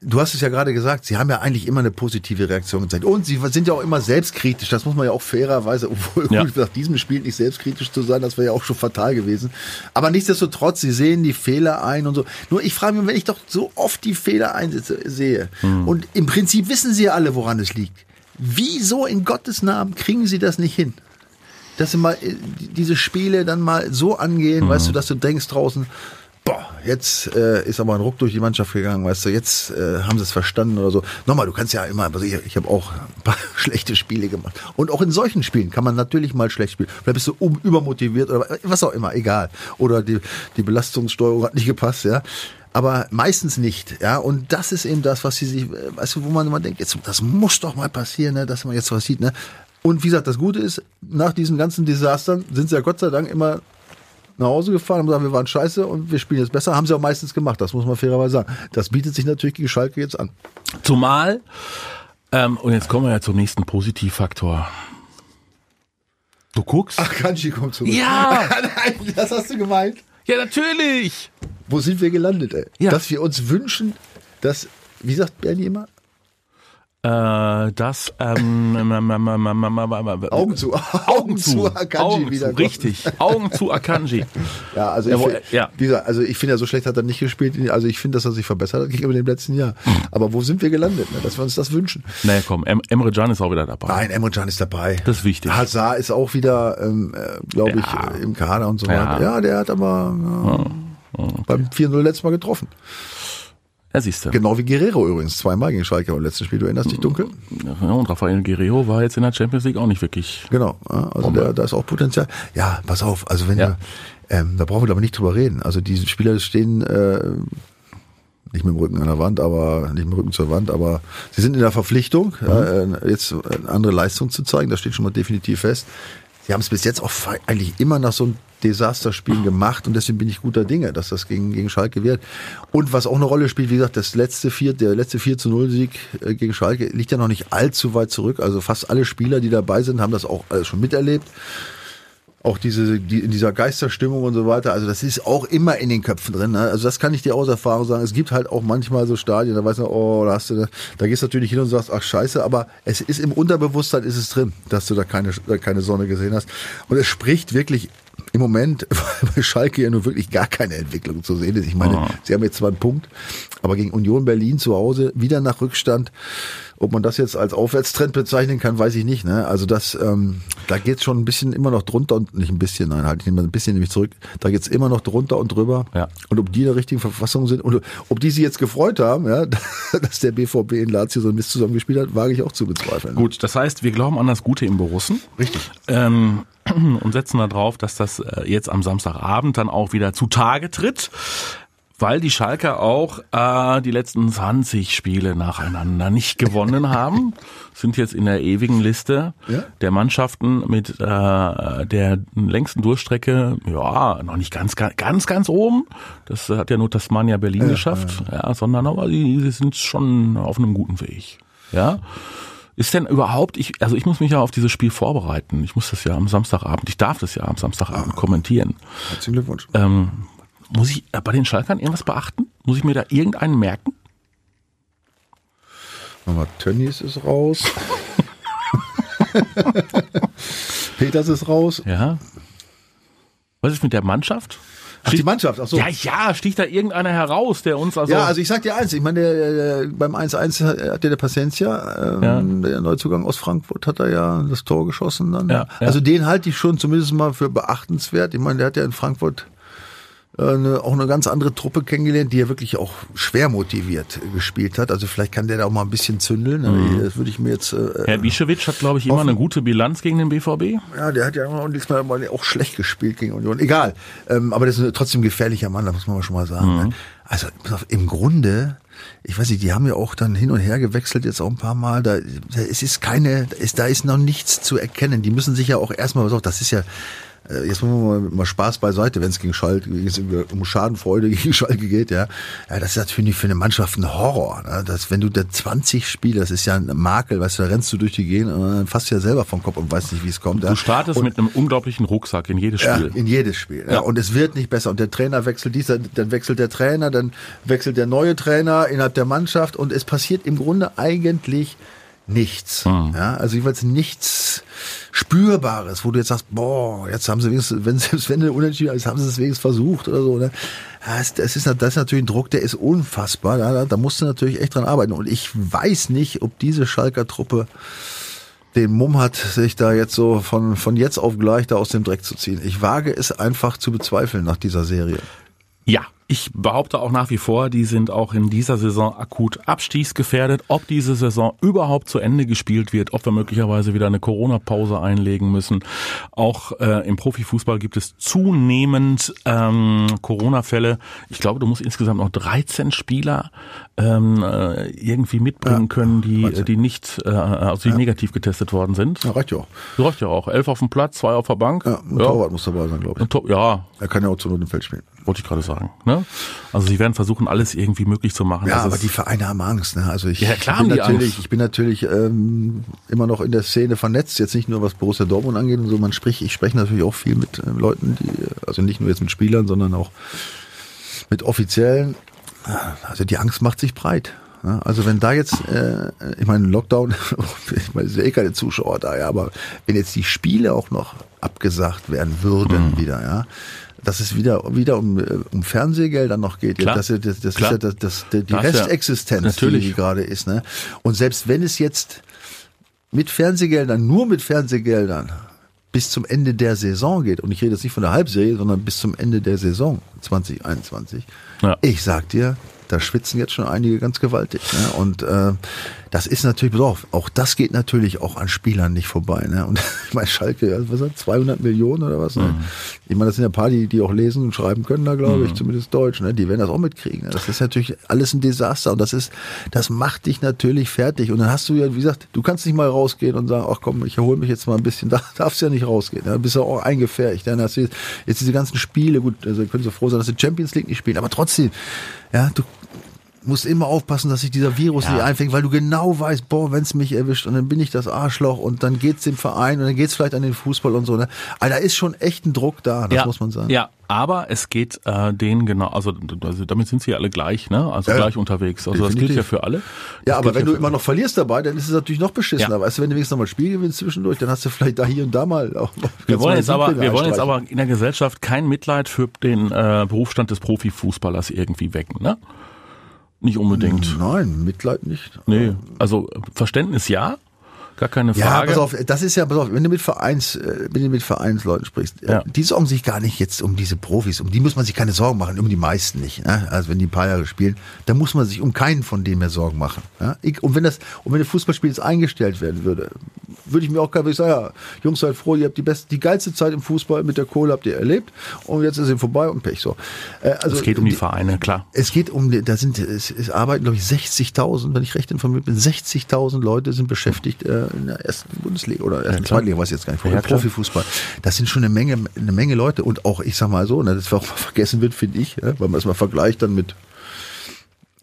Speaker 3: du hast es ja gerade gesagt, sie haben ja eigentlich immer eine positive Reaktion gezeigt. Und sie sind ja auch immer selbstkritisch, das muss man ja auch fairerweise, *laughs* obwohl
Speaker 2: Ja.
Speaker 3: gut, nach diesem Spiel nicht selbstkritisch zu sein, das wäre ja auch schon fatal gewesen. Aber nichtsdestotrotz, sie sehen die Fehler ein und so. Nur ich frage mich, wenn ich doch so oft die Fehler einsetze, sehe,
Speaker 2: Hm.
Speaker 3: und im Prinzip wissen sie ja alle, woran es liegt. Wieso in Gottes Namen kriegen sie das nicht hin? dass sie mal äh, die- diese Spiele dann mal so angehen, weißt du, dass du denkst draußen, boah, jetzt äh, ist aber ein Ruck durch die Mannschaft gegangen, weißt du, jetzt äh, haben sie es verstanden oder so. Nochmal, du kannst ja immer, also ich, ich habe auch ein paar *laughs* schlechte Spiele gemacht. Und auch in solchen Spielen kann man natürlich mal schlecht spielen. Vielleicht bist du um, übermotiviert oder was auch immer, egal. Oder die, die Belastungssteuerung hat nicht gepasst, ja. Aber meistens nicht, ja. Und das ist eben das, was sie sich, äh, weißt du, wo man immer denkt, jetzt, das muss doch mal passieren, ne, dass man jetzt was sieht, ne. Und wie gesagt, das Gute ist, nach diesen ganzen Desastern sind sie ja Gott sei Dank immer nach Hause gefahren und gesagt, wir waren scheiße und wir spielen jetzt besser. Haben sie auch meistens gemacht, das muss man fairerweise sagen. Das bietet sich natürlich gegen Schalke jetzt an.
Speaker 2: Zumal, ähm, und jetzt kommen wir ja zum nächsten Positivfaktor. Du guckst?
Speaker 3: Kanji kommt zurück.
Speaker 2: Ja.
Speaker 3: *laughs* Nein, das hast du gemeint.
Speaker 2: Ja, natürlich!
Speaker 3: Wo sind wir gelandet, ey?
Speaker 2: Ja.
Speaker 3: Dass wir uns wünschen, dass, wie sagt Bernie immer?
Speaker 2: Äh, das, ähm, *laughs* ähm, ähm, ähm, ähm, ähm, ähm,
Speaker 3: Augen zu. *laughs*
Speaker 2: Augen zu, Augen zu,
Speaker 3: wiederkommt.
Speaker 2: richtig. Augen zu Akanji.
Speaker 3: Ja, also
Speaker 2: Jawohl,
Speaker 3: ich,
Speaker 2: ja.
Speaker 3: ja. Wie gesagt, also ich finde ja, so schlecht hat er nicht gespielt. Also ich finde, dass er sich verbessert hat gegenüber dem letzten Jahr. Aber wo sind wir gelandet, ne? dass wir uns das wünschen?
Speaker 2: Naja, komm, em Emre Can ist auch wieder dabei.
Speaker 3: Nein, Emre Can ist dabei.
Speaker 2: Das ist wichtig.
Speaker 3: Hazard ist auch wieder, ähm, glaube ich,
Speaker 2: Ja.
Speaker 3: äh, im Kader und so
Speaker 2: Ja.
Speaker 3: weiter. Ja, der hat aber äh, beim 4-0 letztes Mal getroffen.
Speaker 2: Ja, siehst du.
Speaker 3: Genau wie Guerrero übrigens, zweimal gegen Schalke im letzten Spiel. Du erinnerst dich dunkel?
Speaker 2: Ja, und Rafael Guerrero war jetzt in der Champions League auch nicht wirklich.
Speaker 3: Genau. ja, Also da, da ist auch Potenzial. Ja, pass auf. Also wenn
Speaker 2: Ja.
Speaker 3: wir, ähm, da brauchen wir aber nicht drüber reden. Also diese Spieler stehen äh, nicht mit dem Rücken an der Wand, aber nicht mit dem Rücken zur Wand, aber sie sind in der Verpflichtung, äh, jetzt eine andere Leistung zu zeigen. Das steht schon mal definitiv fest. Sie haben es bis jetzt auch fe- eigentlich immer nach so einem Desasterspiel gemacht und deswegen bin ich guter Dinge, dass das gegen, gegen Schalke wird. Und was auch eine Rolle spielt, wie gesagt, das letzte vier, der letzte 4 zu 0 Sieg äh, gegen Schalke liegt ja noch nicht allzu weit zurück. Also fast alle Spieler, die dabei sind, haben das auch alles schon miterlebt. Auch diese, die, in dieser Geisterstimmung und so weiter. Also das ist auch immer in den Köpfen drin. Ne? Also das kann ich dir aus Erfahrung sagen. Es gibt halt auch manchmal so Stadien, da weißt du, oh, da hast du, da gehst du natürlich hin und sagst, ach scheiße, aber es ist im Unterbewusstsein ist es drin, dass du da keine, da keine Sonne gesehen hast. Und es spricht wirklich im Moment, *laughs* weil bei Schalke ja nun wirklich gar keine Entwicklung zu sehen ist. Ich meine, sie haben jetzt zwar einen Punkt, aber gegen Union Berlin zu Hause wieder nach Rückstand. Ob man das jetzt als Aufwärtstrend bezeichnen kann, weiß ich nicht. Ne? Also das, ähm, da geht's schon ein bisschen immer noch drunter und nicht ein bisschen, nein, halt ich nehme mal ein bisschen nämlich zurück. Da geht's immer noch drunter und drüber.
Speaker 2: Ja.
Speaker 3: Und ob die in der richtigen Verfassung sind und ob die sie jetzt gefreut haben, ja, *laughs* dass der BVB in Lazio so ein Mist zusammengespielt hat, wage ich auch zu bezweifeln.
Speaker 2: Gut, das heißt, wir glauben an das Gute im Borussen. Richtig. Ähm, *clears throat* und setzen darauf, dass das äh, jetzt am Samstagabend dann auch wieder zutage tritt, weil die Schalker auch äh, die letzten 20 Spiele nacheinander nicht *laughs* gewonnen haben, sind jetzt in der ewigen Liste
Speaker 3: Ja.
Speaker 2: der Mannschaften mit äh, der längsten Durchstrecke, ja, noch nicht ganz, ganz, ganz, ganz oben. Das hat ja nur Tasmania Berlin geschafft, ja, sondern aber die, die sind schon auf einem guten Weg. Ja. Ist denn überhaupt, ich, also ich muss mich ja auf dieses Spiel vorbereiten. Ich muss das ja am Samstagabend, ich darf das ja am Samstagabend kommentieren.
Speaker 3: Herzlichen Glückwunsch.
Speaker 2: Ähm, muss ich äh, bei den Schalkern irgendwas beachten? Muss ich mir da irgendeinen merken?
Speaker 3: Nochmal Tönnies ist raus. *laughs* Peters ist raus.
Speaker 2: Ja. Was ist mit der Mannschaft?
Speaker 3: Ach, die Mannschaft, ach so.
Speaker 2: Ja, ja, sticht da irgendeiner heraus, der uns also.
Speaker 3: Ja, also ich sag dir eins, ich meine, der, der, beim 1-1 hat- hat ja der Pacencia, ähm,
Speaker 2: Ja.
Speaker 3: der Neuzugang aus Frankfurt, hat er ja das Tor geschossen dann.
Speaker 2: Ja, ja.
Speaker 3: Also den halte ich schon zumindest mal für beachtenswert. Ich meine, der hat ja in Frankfurt äh, eine, auch eine ganz andere Truppe kennengelernt, die ja wirklich auch schwer motiviert äh, gespielt hat. Also vielleicht kann der da auch mal ein bisschen zündeln. ne?
Speaker 2: Mhm.
Speaker 3: Das würde ich mir jetzt äh,
Speaker 2: Herr Bischewitsch hat, glaube ich, immer eine gute Bilanz gegen den BVB.
Speaker 3: Ja, der hat ja immer und diesmal mal auch schlecht gespielt gegen Union. Egal. Ähm, aber das ist trotzdem ein gefährlicher Mann, das muss man schon mal sagen. Ne? Also pass auf, im Grunde, ich weiß nicht, die haben ja auch dann hin und her gewechselt jetzt auch ein paar Mal. Da, da es ist keine, da ist, da ist noch nichts zu erkennen. Die müssen sich ja auch erstmal, pass auf, das ist ja. äh, Jetzt machen wir mal, mal Spaß beiseite, wenn es gegen Schalke, wenn's um Schadenfreude *laughs* gegen Schalke geht, ja. ja das ist natürlich für eine Mannschaft ein Horror. Ne? Dass, wenn du da 20 Spielst, das ist ja ein Makel, weißt du, da rennst du durch die Gegend und dann fasst du ja selber vom Kopf und weißt nicht, wie es kommt. ja.
Speaker 2: Du startest mit einem unglaublichen Rucksack in jedes
Speaker 3: Ja,
Speaker 2: Spiel.
Speaker 3: in jedes Spiel. Ja. Und es wird nicht besser. Und der Trainer wechselt dieser, dann wechselt der Trainer, dann wechselt der neue Trainer innerhalb der Mannschaft und es passiert im Grunde eigentlich nichts.
Speaker 2: Hm.
Speaker 3: Ja, also jeweils nichts Spürbares, wo du jetzt sagst, boah, jetzt haben sie wenigstens, wenn *laughs* selbst wenn du unentschieden ist, haben sie es wenigstens versucht oder so. Ne? Ja, es- Das ist, das ist natürlich ein Druck, der ist unfassbar. Da, da- da musst du natürlich echt dran arbeiten. Und ich weiß nicht, ob diese Schalker Truppe den Mumm hat, sich da jetzt so von, von jetzt auf gleich da aus dem Dreck zu ziehen. Ich wage es einfach zu bezweifeln nach dieser Serie.
Speaker 2: Ja, ich behaupte auch nach wie vor, die sind auch in dieser Saison akut abstiegsgefährdet. Ob diese Saison überhaupt zu Ende gespielt wird, ob wir möglicherweise wieder eine Corona-Pause einlegen müssen. Auch äh, im Profifußball gibt es zunehmend ähm, Corona-Fälle. Ich glaube, du musst insgesamt noch 13 Spieler ähm, äh, irgendwie mitbringen können, die, äh, die nicht, äh, also die negativ getestet worden sind.
Speaker 3: Ja, reicht ja auch.
Speaker 2: Das reicht ja auch. Elf auf dem Platz, zwei auf der Bank.
Speaker 3: Ja, ein Torwart muss dabei sein, glaube ich.
Speaker 2: Ein Tor- ja,
Speaker 3: Er kann ja auch zu Not im Feld spielen.
Speaker 2: wollte ich gerade sagen. Ne? Also sie werden versuchen, alles irgendwie möglich zu machen.
Speaker 3: Ja,
Speaker 2: dass
Speaker 3: aber
Speaker 2: es-
Speaker 3: die Vereine haben Angst. Ne? Also ich,
Speaker 2: Ja, klar
Speaker 3: ich bin
Speaker 2: haben die
Speaker 3: natürlich,
Speaker 2: Angst.
Speaker 3: ich bin natürlich ähm, immer noch in der Szene vernetzt. Jetzt nicht nur was Borussia Dortmund angeht und so. Man spricht, ich spreche natürlich auch viel mit ähm, Leuten, die, äh, also nicht nur jetzt mit Spielern, sondern auch mit Offiziellen. Ja, Also die Angst macht sich breit. Ja, Also wenn da jetzt, äh, ich meine, Lockdown, *laughs* ich meine, es sind eh keine Zuschauer da, ja, aber wenn jetzt die Spiele auch noch abgesagt werden würden
Speaker 2: Mhm.
Speaker 3: wieder, ja, dass es wieder wieder um, äh, um Fernsehgeld dann noch geht,
Speaker 2: Klar.
Speaker 3: das, das, das ist
Speaker 2: Klar.
Speaker 3: ja das, das, die
Speaker 2: Da ist ja-
Speaker 3: Restexistenz,
Speaker 2: Natürlich.
Speaker 3: die gerade ist. Ne? Und selbst wenn es jetzt mit Fernsehgeldern, nur mit Fernsehgeldern, bis zum Ende der Saison geht, und ich rede jetzt nicht von der Halbserie, sondern bis zum Ende der Saison 2021,
Speaker 2: Ja.
Speaker 3: ich sag dir, da schwitzen jetzt schon einige ganz gewaltig. Ne? Und äh, Das ist natürlich, pass auf, auch das geht natürlich auch an Spielern nicht vorbei. Ne? Und *laughs* ich meine, Schalke, also was hat 200 Millionen oder was? Ne?
Speaker 2: Mhm.
Speaker 3: Ich meine, das sind ja ein paar, die, die auch lesen und schreiben können, da glaube ich, zumindest Deutsch. Ne? Die werden das auch mitkriegen. Ne? Das ist natürlich alles ein Desaster und das ist, das macht dich natürlich fertig. Und dann hast du ja, wie gesagt, du kannst nicht mal rausgehen und sagen, ach komm, ich erhole mich jetzt mal ein bisschen. *laughs* Da darfst du ja nicht rausgehen. Dann bist du auch eingefärbt. Dann hast du jetzt, jetzt diese ganzen Spiele, gut, also können sie froh sein, dass sie Champions League nicht spielen, aber trotzdem, ja, du musst immer aufpassen, dass sich dieser Virus nicht einfängt, weil du genau weißt, boah, wenn es mich erwischt und dann bin ich das Arschloch und dann geht's dem Verein und dann geht's vielleicht an den Fußball und so. Ne? Alter, ist schon echt ein Druck da, das
Speaker 2: ja,
Speaker 3: muss man sagen.
Speaker 2: Ja, aber es geht äh, denen genau, also, d- also damit sind sie ja alle gleich, ne? Also
Speaker 3: Ja,
Speaker 2: gleich unterwegs. Also das gilt
Speaker 3: definitiv.
Speaker 2: ja für alle.
Speaker 3: Ja,
Speaker 2: Das
Speaker 3: aber
Speaker 2: gilt
Speaker 3: wenn du
Speaker 2: für
Speaker 3: immer noch verlierst dabei, dann ist es natürlich noch beschissener.
Speaker 2: Ja.
Speaker 3: Weißt du, wenn du wenigstens noch mal ein Spiel gewinnst zwischendurch, dann hast du vielleicht da hier und da mal auch.
Speaker 2: Wir wollen, jetzt aber, wir wollen jetzt
Speaker 3: einstreichen.
Speaker 2: aber in der Gesellschaft kein Mitleid für den äh, Berufsstand des Profifußballers irgendwie wecken, ne? Nicht
Speaker 3: Mhm.
Speaker 2: unbedingt.
Speaker 3: Nein, Mitleid nicht.
Speaker 2: Nee, also äh, Verständnis ja, gar keine
Speaker 3: Ja,
Speaker 2: Frage.
Speaker 3: pass auf, das ist ja, pass auf, wenn du mit Vereins, äh, wenn du mit Vereinsleuten sprichst, äh,
Speaker 2: Ja.
Speaker 3: die sorgen sich gar nicht jetzt um diese Profis, um die muss man sich keine Sorgen machen, um die meisten nicht. Ne? Also wenn die ein paar Jahre spielen, dann muss man sich um keinen von denen mehr Sorgen machen. Ja? Ich, und wenn das, und wenn das Fußballspiel jetzt eingestellt werden würde, würde ich mir auch gar nicht sagen, ja, Jungs, seid froh, ihr habt die beste, die geilste Zeit im Fußball mit der Kohle habt ihr erlebt und jetzt ist sie vorbei und Pech so. Äh, also,
Speaker 2: es geht um die Vereine, klar.
Speaker 3: es geht um, da sind, es, es arbeiten, glaube ich, 60.000, wenn ich recht informiert bin, 60.000 Leute sind beschäftigt äh, in der ersten Bundesliga oder ersten
Speaker 2: klar.
Speaker 3: Zweitliga, weiß ich jetzt gar nicht,
Speaker 2: Ja,
Speaker 3: vorher
Speaker 2: klar.
Speaker 3: Profifußball. Das sind schon eine Menge, eine Menge Leute und auch, ich sag mal so, ne, das auch mal vergessen wird, finde ich, ne, weil man es mal vergleicht dann mit,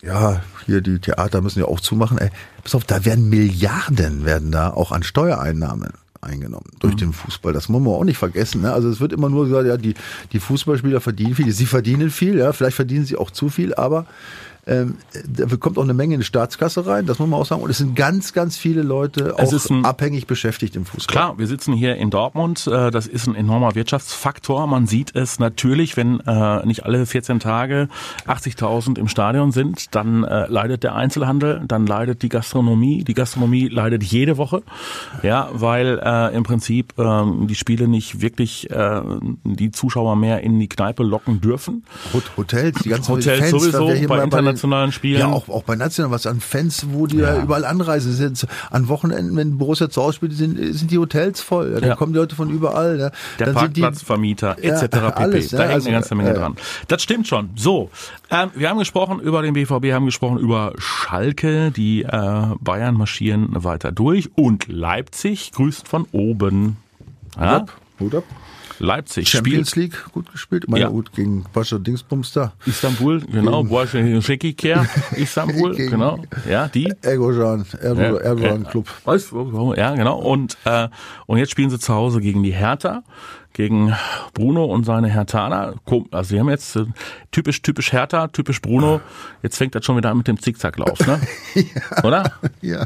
Speaker 3: ja, hier die Theater müssen ja auch zumachen. Ey, pass auf, da werden Milliarden werden da auch an Steuereinnahmen eingenommen
Speaker 2: Mhm.
Speaker 3: durch den Fußball. Das muss man auch nicht vergessen. Ne? Also es wird immer nur gesagt, ja, die, die Fußballspieler verdienen viel, sie verdienen viel, ja, vielleicht verdienen sie auch zu viel, aber ähm, da kommt auch eine Menge in die Staatskasse rein, das muss man auch sagen. Und es sind ganz, ganz viele Leute
Speaker 2: Es
Speaker 3: auch
Speaker 2: ist ein-
Speaker 3: abhängig beschäftigt im Fußball.
Speaker 2: Klar, wir sitzen hier in Dortmund. äh, Das ist ein enormer Wirtschaftsfaktor. Man sieht es natürlich, wenn äh, nicht alle 14 Tage 80.000 im Stadion sind, dann äh, leidet der Einzelhandel, dann leidet die Gastronomie. Die Gastronomie leidet jede Woche, ja, weil äh, im Prinzip ähm, die Spiele nicht wirklich äh, die Zuschauer mehr in die Kneipe locken dürfen.
Speaker 3: Hot- Hotels, die ganzen
Speaker 2: Hotels
Speaker 3: Fans,
Speaker 2: sowieso,
Speaker 3: da wir hier
Speaker 2: bei
Speaker 3: mal den-
Speaker 2: internationalen Spielen.
Speaker 3: Ja, auch, auch bei nationalen, was an Fans, wo die ja. überall anreisen. Sind, jetzt an Wochenenden, wenn Borussia zu Hause spielt, sind, sind die Hotels voll. Ja, da
Speaker 2: Ja.
Speaker 3: kommen die Leute von überall. Ja.
Speaker 2: Der
Speaker 3: Dann sind die-
Speaker 2: Parkplatzvermieter
Speaker 3: Ja,
Speaker 2: etc. pp.
Speaker 3: alles,
Speaker 2: da
Speaker 3: ne?
Speaker 2: hängt
Speaker 3: Also,
Speaker 2: eine ganze Menge
Speaker 3: äh,
Speaker 2: dran. Das stimmt schon. So, ähm, wir haben gesprochen über den BVB, haben gesprochen über Schalke, die äh, Bayern marschieren weiter durch und Leipzig grüßt von oben. Ja?
Speaker 3: Hut ab, Hut ab.
Speaker 2: Leipzig
Speaker 3: Champions
Speaker 2: spielt
Speaker 3: League, gut gespielt. Meine
Speaker 2: Ja.
Speaker 3: gut gegen Pascha Dingsbums da.
Speaker 2: Istanbul, genau, Boaschekikär, Istanbul,
Speaker 3: Oh. *laughs* Gegen-
Speaker 2: genau, ja, die.
Speaker 3: Erdogan, Erdogan,
Speaker 2: Ja,
Speaker 3: Erdogan
Speaker 2: ja.
Speaker 3: Club.
Speaker 2: Weiß- Ja, genau. Und, äh, und jetzt spielen sie zu Hause gegen die Hertha, gegen Bruno und seine Hertaner. Kom- Also sie haben jetzt äh, typisch, typisch Hertha, typisch Bruno. Jetzt fängt das schon wieder an mit dem Zickzacklauf, ne? Oder?
Speaker 3: *laughs* Ja.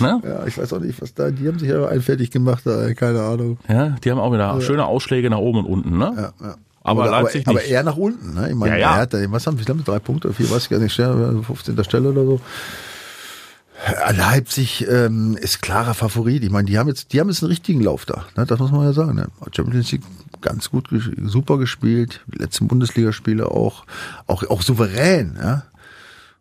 Speaker 2: Ne?
Speaker 3: ja, ich weiß auch nicht, was da. Die haben sich ja einfertig gemacht, da, ey, keine Ahnung.
Speaker 2: Ja, die haben auch wieder schöne Ausschläge nach oben und unten, ne?
Speaker 3: Ja, ja.
Speaker 2: Aber
Speaker 3: Oder-
Speaker 2: Leipzig
Speaker 3: aber,
Speaker 2: nicht.
Speaker 3: aber eher nach unten. Ne? Ich meine,
Speaker 2: Ja, ja.
Speaker 3: er hat da, was haben wir, ich glaube, drei Punkte oder vier, weiß ich gar nicht, Stelle, 15. Stelle oder so. Ja, Leipzig ähm, ist klarer Favorit. Ich meine, die haben jetzt, die haben jetzt einen richtigen Lauf da. Ne? Das muss man ja sagen. Ne? Champions League ganz gut, ges- super gespielt. Die letzten Bundesligaspiele auch, auch, auch souverän. Ja?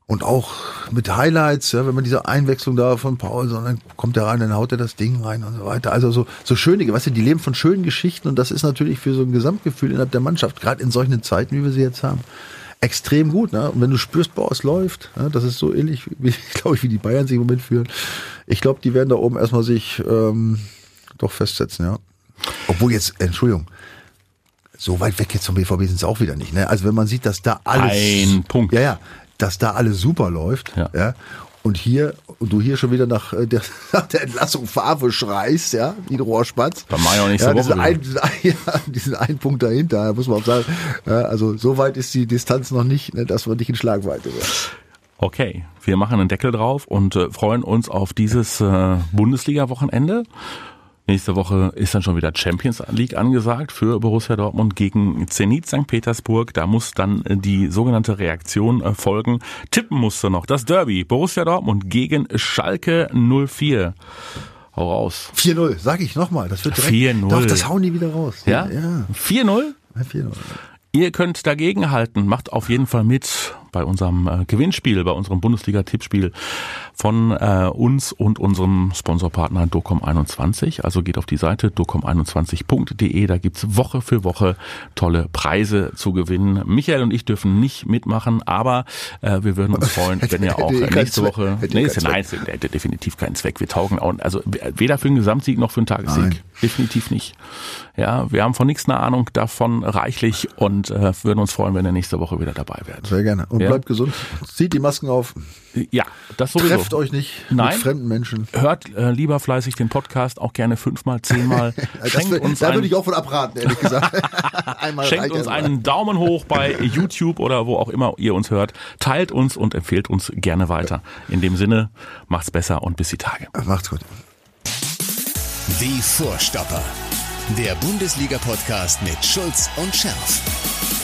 Speaker 3: Und auch mit Highlights, ja, wenn man diese Einwechslung da von Paulsen, dann kommt er rein, dann haut er das Ding rein und so weiter. Also so, so schöne, weißt du, die leben von schönen Geschichten und das ist natürlich für so ein Gesamtgefühl innerhalb der Mannschaft, gerade in solchen Zeiten, wie wir sie jetzt haben, extrem gut. Ne? Und wenn du spürst, boah, es läuft, ne? das ist so ähnlich, glaube ich, wie *laughs* die Bayern sich im Moment fühlen. Ich glaube, die werden da oben erstmal sich ähm, doch festsetzen, ja. Obwohl jetzt, Entschuldigung, so weit weg jetzt vom BVB sind sie auch wieder nicht. Ne? Also wenn man sieht, dass da alles...
Speaker 2: Ein Punkt.
Speaker 3: Ja, ja, dass da alles super läuft.
Speaker 2: Ja.
Speaker 3: Ja. Und hier, und du hier schon wieder nach äh, der, *laughs* nach der Entlassung Favre schreist, ja, wie ein Rohrspatz.
Speaker 2: Beim Mai auch nächste
Speaker 3: ja, diesen
Speaker 2: Woche
Speaker 3: Ein, diesen, ein- *laughs* ja, diesen einen Punkt dahinter, da muss man auch sagen. Ja, also so weit ist die Distanz noch nicht, ne, dass man nicht in Schlagweite wird.
Speaker 2: Okay, wir machen einen Deckel drauf und äh, freuen uns auf dieses äh, Bundesliga-Wochenende. Nächste Woche ist dann schon wieder Champions League angesagt für Borussia Dortmund gegen Zenit St. Petersburg. Da muss dann äh, die sogenannte Reaktion äh, folgen. Tippen musste noch das Derby Borussia Dortmund gegen Schalke 04. Hau raus.
Speaker 3: 4-0, sag ich nochmal. Das wird direkt.
Speaker 2: 4-0.
Speaker 3: Doch, das hauen die wieder raus.
Speaker 2: Ja?
Speaker 3: Ja,
Speaker 2: 4-0?
Speaker 3: 4-0.
Speaker 2: Ihr könnt dagegen halten. Macht auf jeden Fall mit. bei unserem äh, Gewinnspiel, bei unserem Bundesliga-Tippspiel von äh, uns und unserem Sponsorpartner DOCOM21. Also geht auf die Seite docom21.de, da gibt's Woche für Woche tolle Preise zu gewinnen. Michael und ich dürfen nicht mitmachen, aber äh, wir
Speaker 3: *laughs*
Speaker 2: würden uns freuen, wenn ihr auch äh,
Speaker 3: Hätte eh keinen
Speaker 2: nächste
Speaker 3: Zweck.
Speaker 2: Woche...
Speaker 3: Hätte eh
Speaker 2: Nee, ist ja
Speaker 3: keinen
Speaker 2: nein, es hätte definitiv keinen Zweck. Wir taugen auch, also weder für einen Gesamtsieg noch für einen Tagessieg.
Speaker 3: Nein.
Speaker 2: Definitiv nicht. Ja, wir haben von nichts eine Ahnung davon reichlich und äh, würden uns freuen, wenn ihr nächste Woche wieder dabei wärt.
Speaker 3: Sehr gerne. Und
Speaker 2: Ja.
Speaker 3: bleibt gesund. Zieht die Masken auf.
Speaker 2: Ja, das sowieso.
Speaker 3: Trefft euch nicht
Speaker 2: Nein.
Speaker 3: mit fremden Menschen.
Speaker 2: Hört äh, lieber fleißig den Podcast, auch gerne fünfmal, zehnmal.
Speaker 3: *laughs* Das,
Speaker 2: Schenkt
Speaker 3: wär-
Speaker 2: uns,
Speaker 3: da würde
Speaker 2: einen,
Speaker 3: ich auch von abraten, ehrlich gesagt. *laughs* Einmal
Speaker 2: schenkt
Speaker 3: reicht
Speaker 2: uns
Speaker 3: erstmal.
Speaker 2: einen Daumen hoch
Speaker 3: *laughs*
Speaker 2: bei YouTube oder wo auch immer ihr uns hört. Teilt uns und empfehlt uns gerne weiter. In dem Sinne, macht's besser und bis die Tage.
Speaker 3: Macht's gut.
Speaker 1: Die Vorstopper. Der Bundesliga-Podcast mit Schulz und Scherf.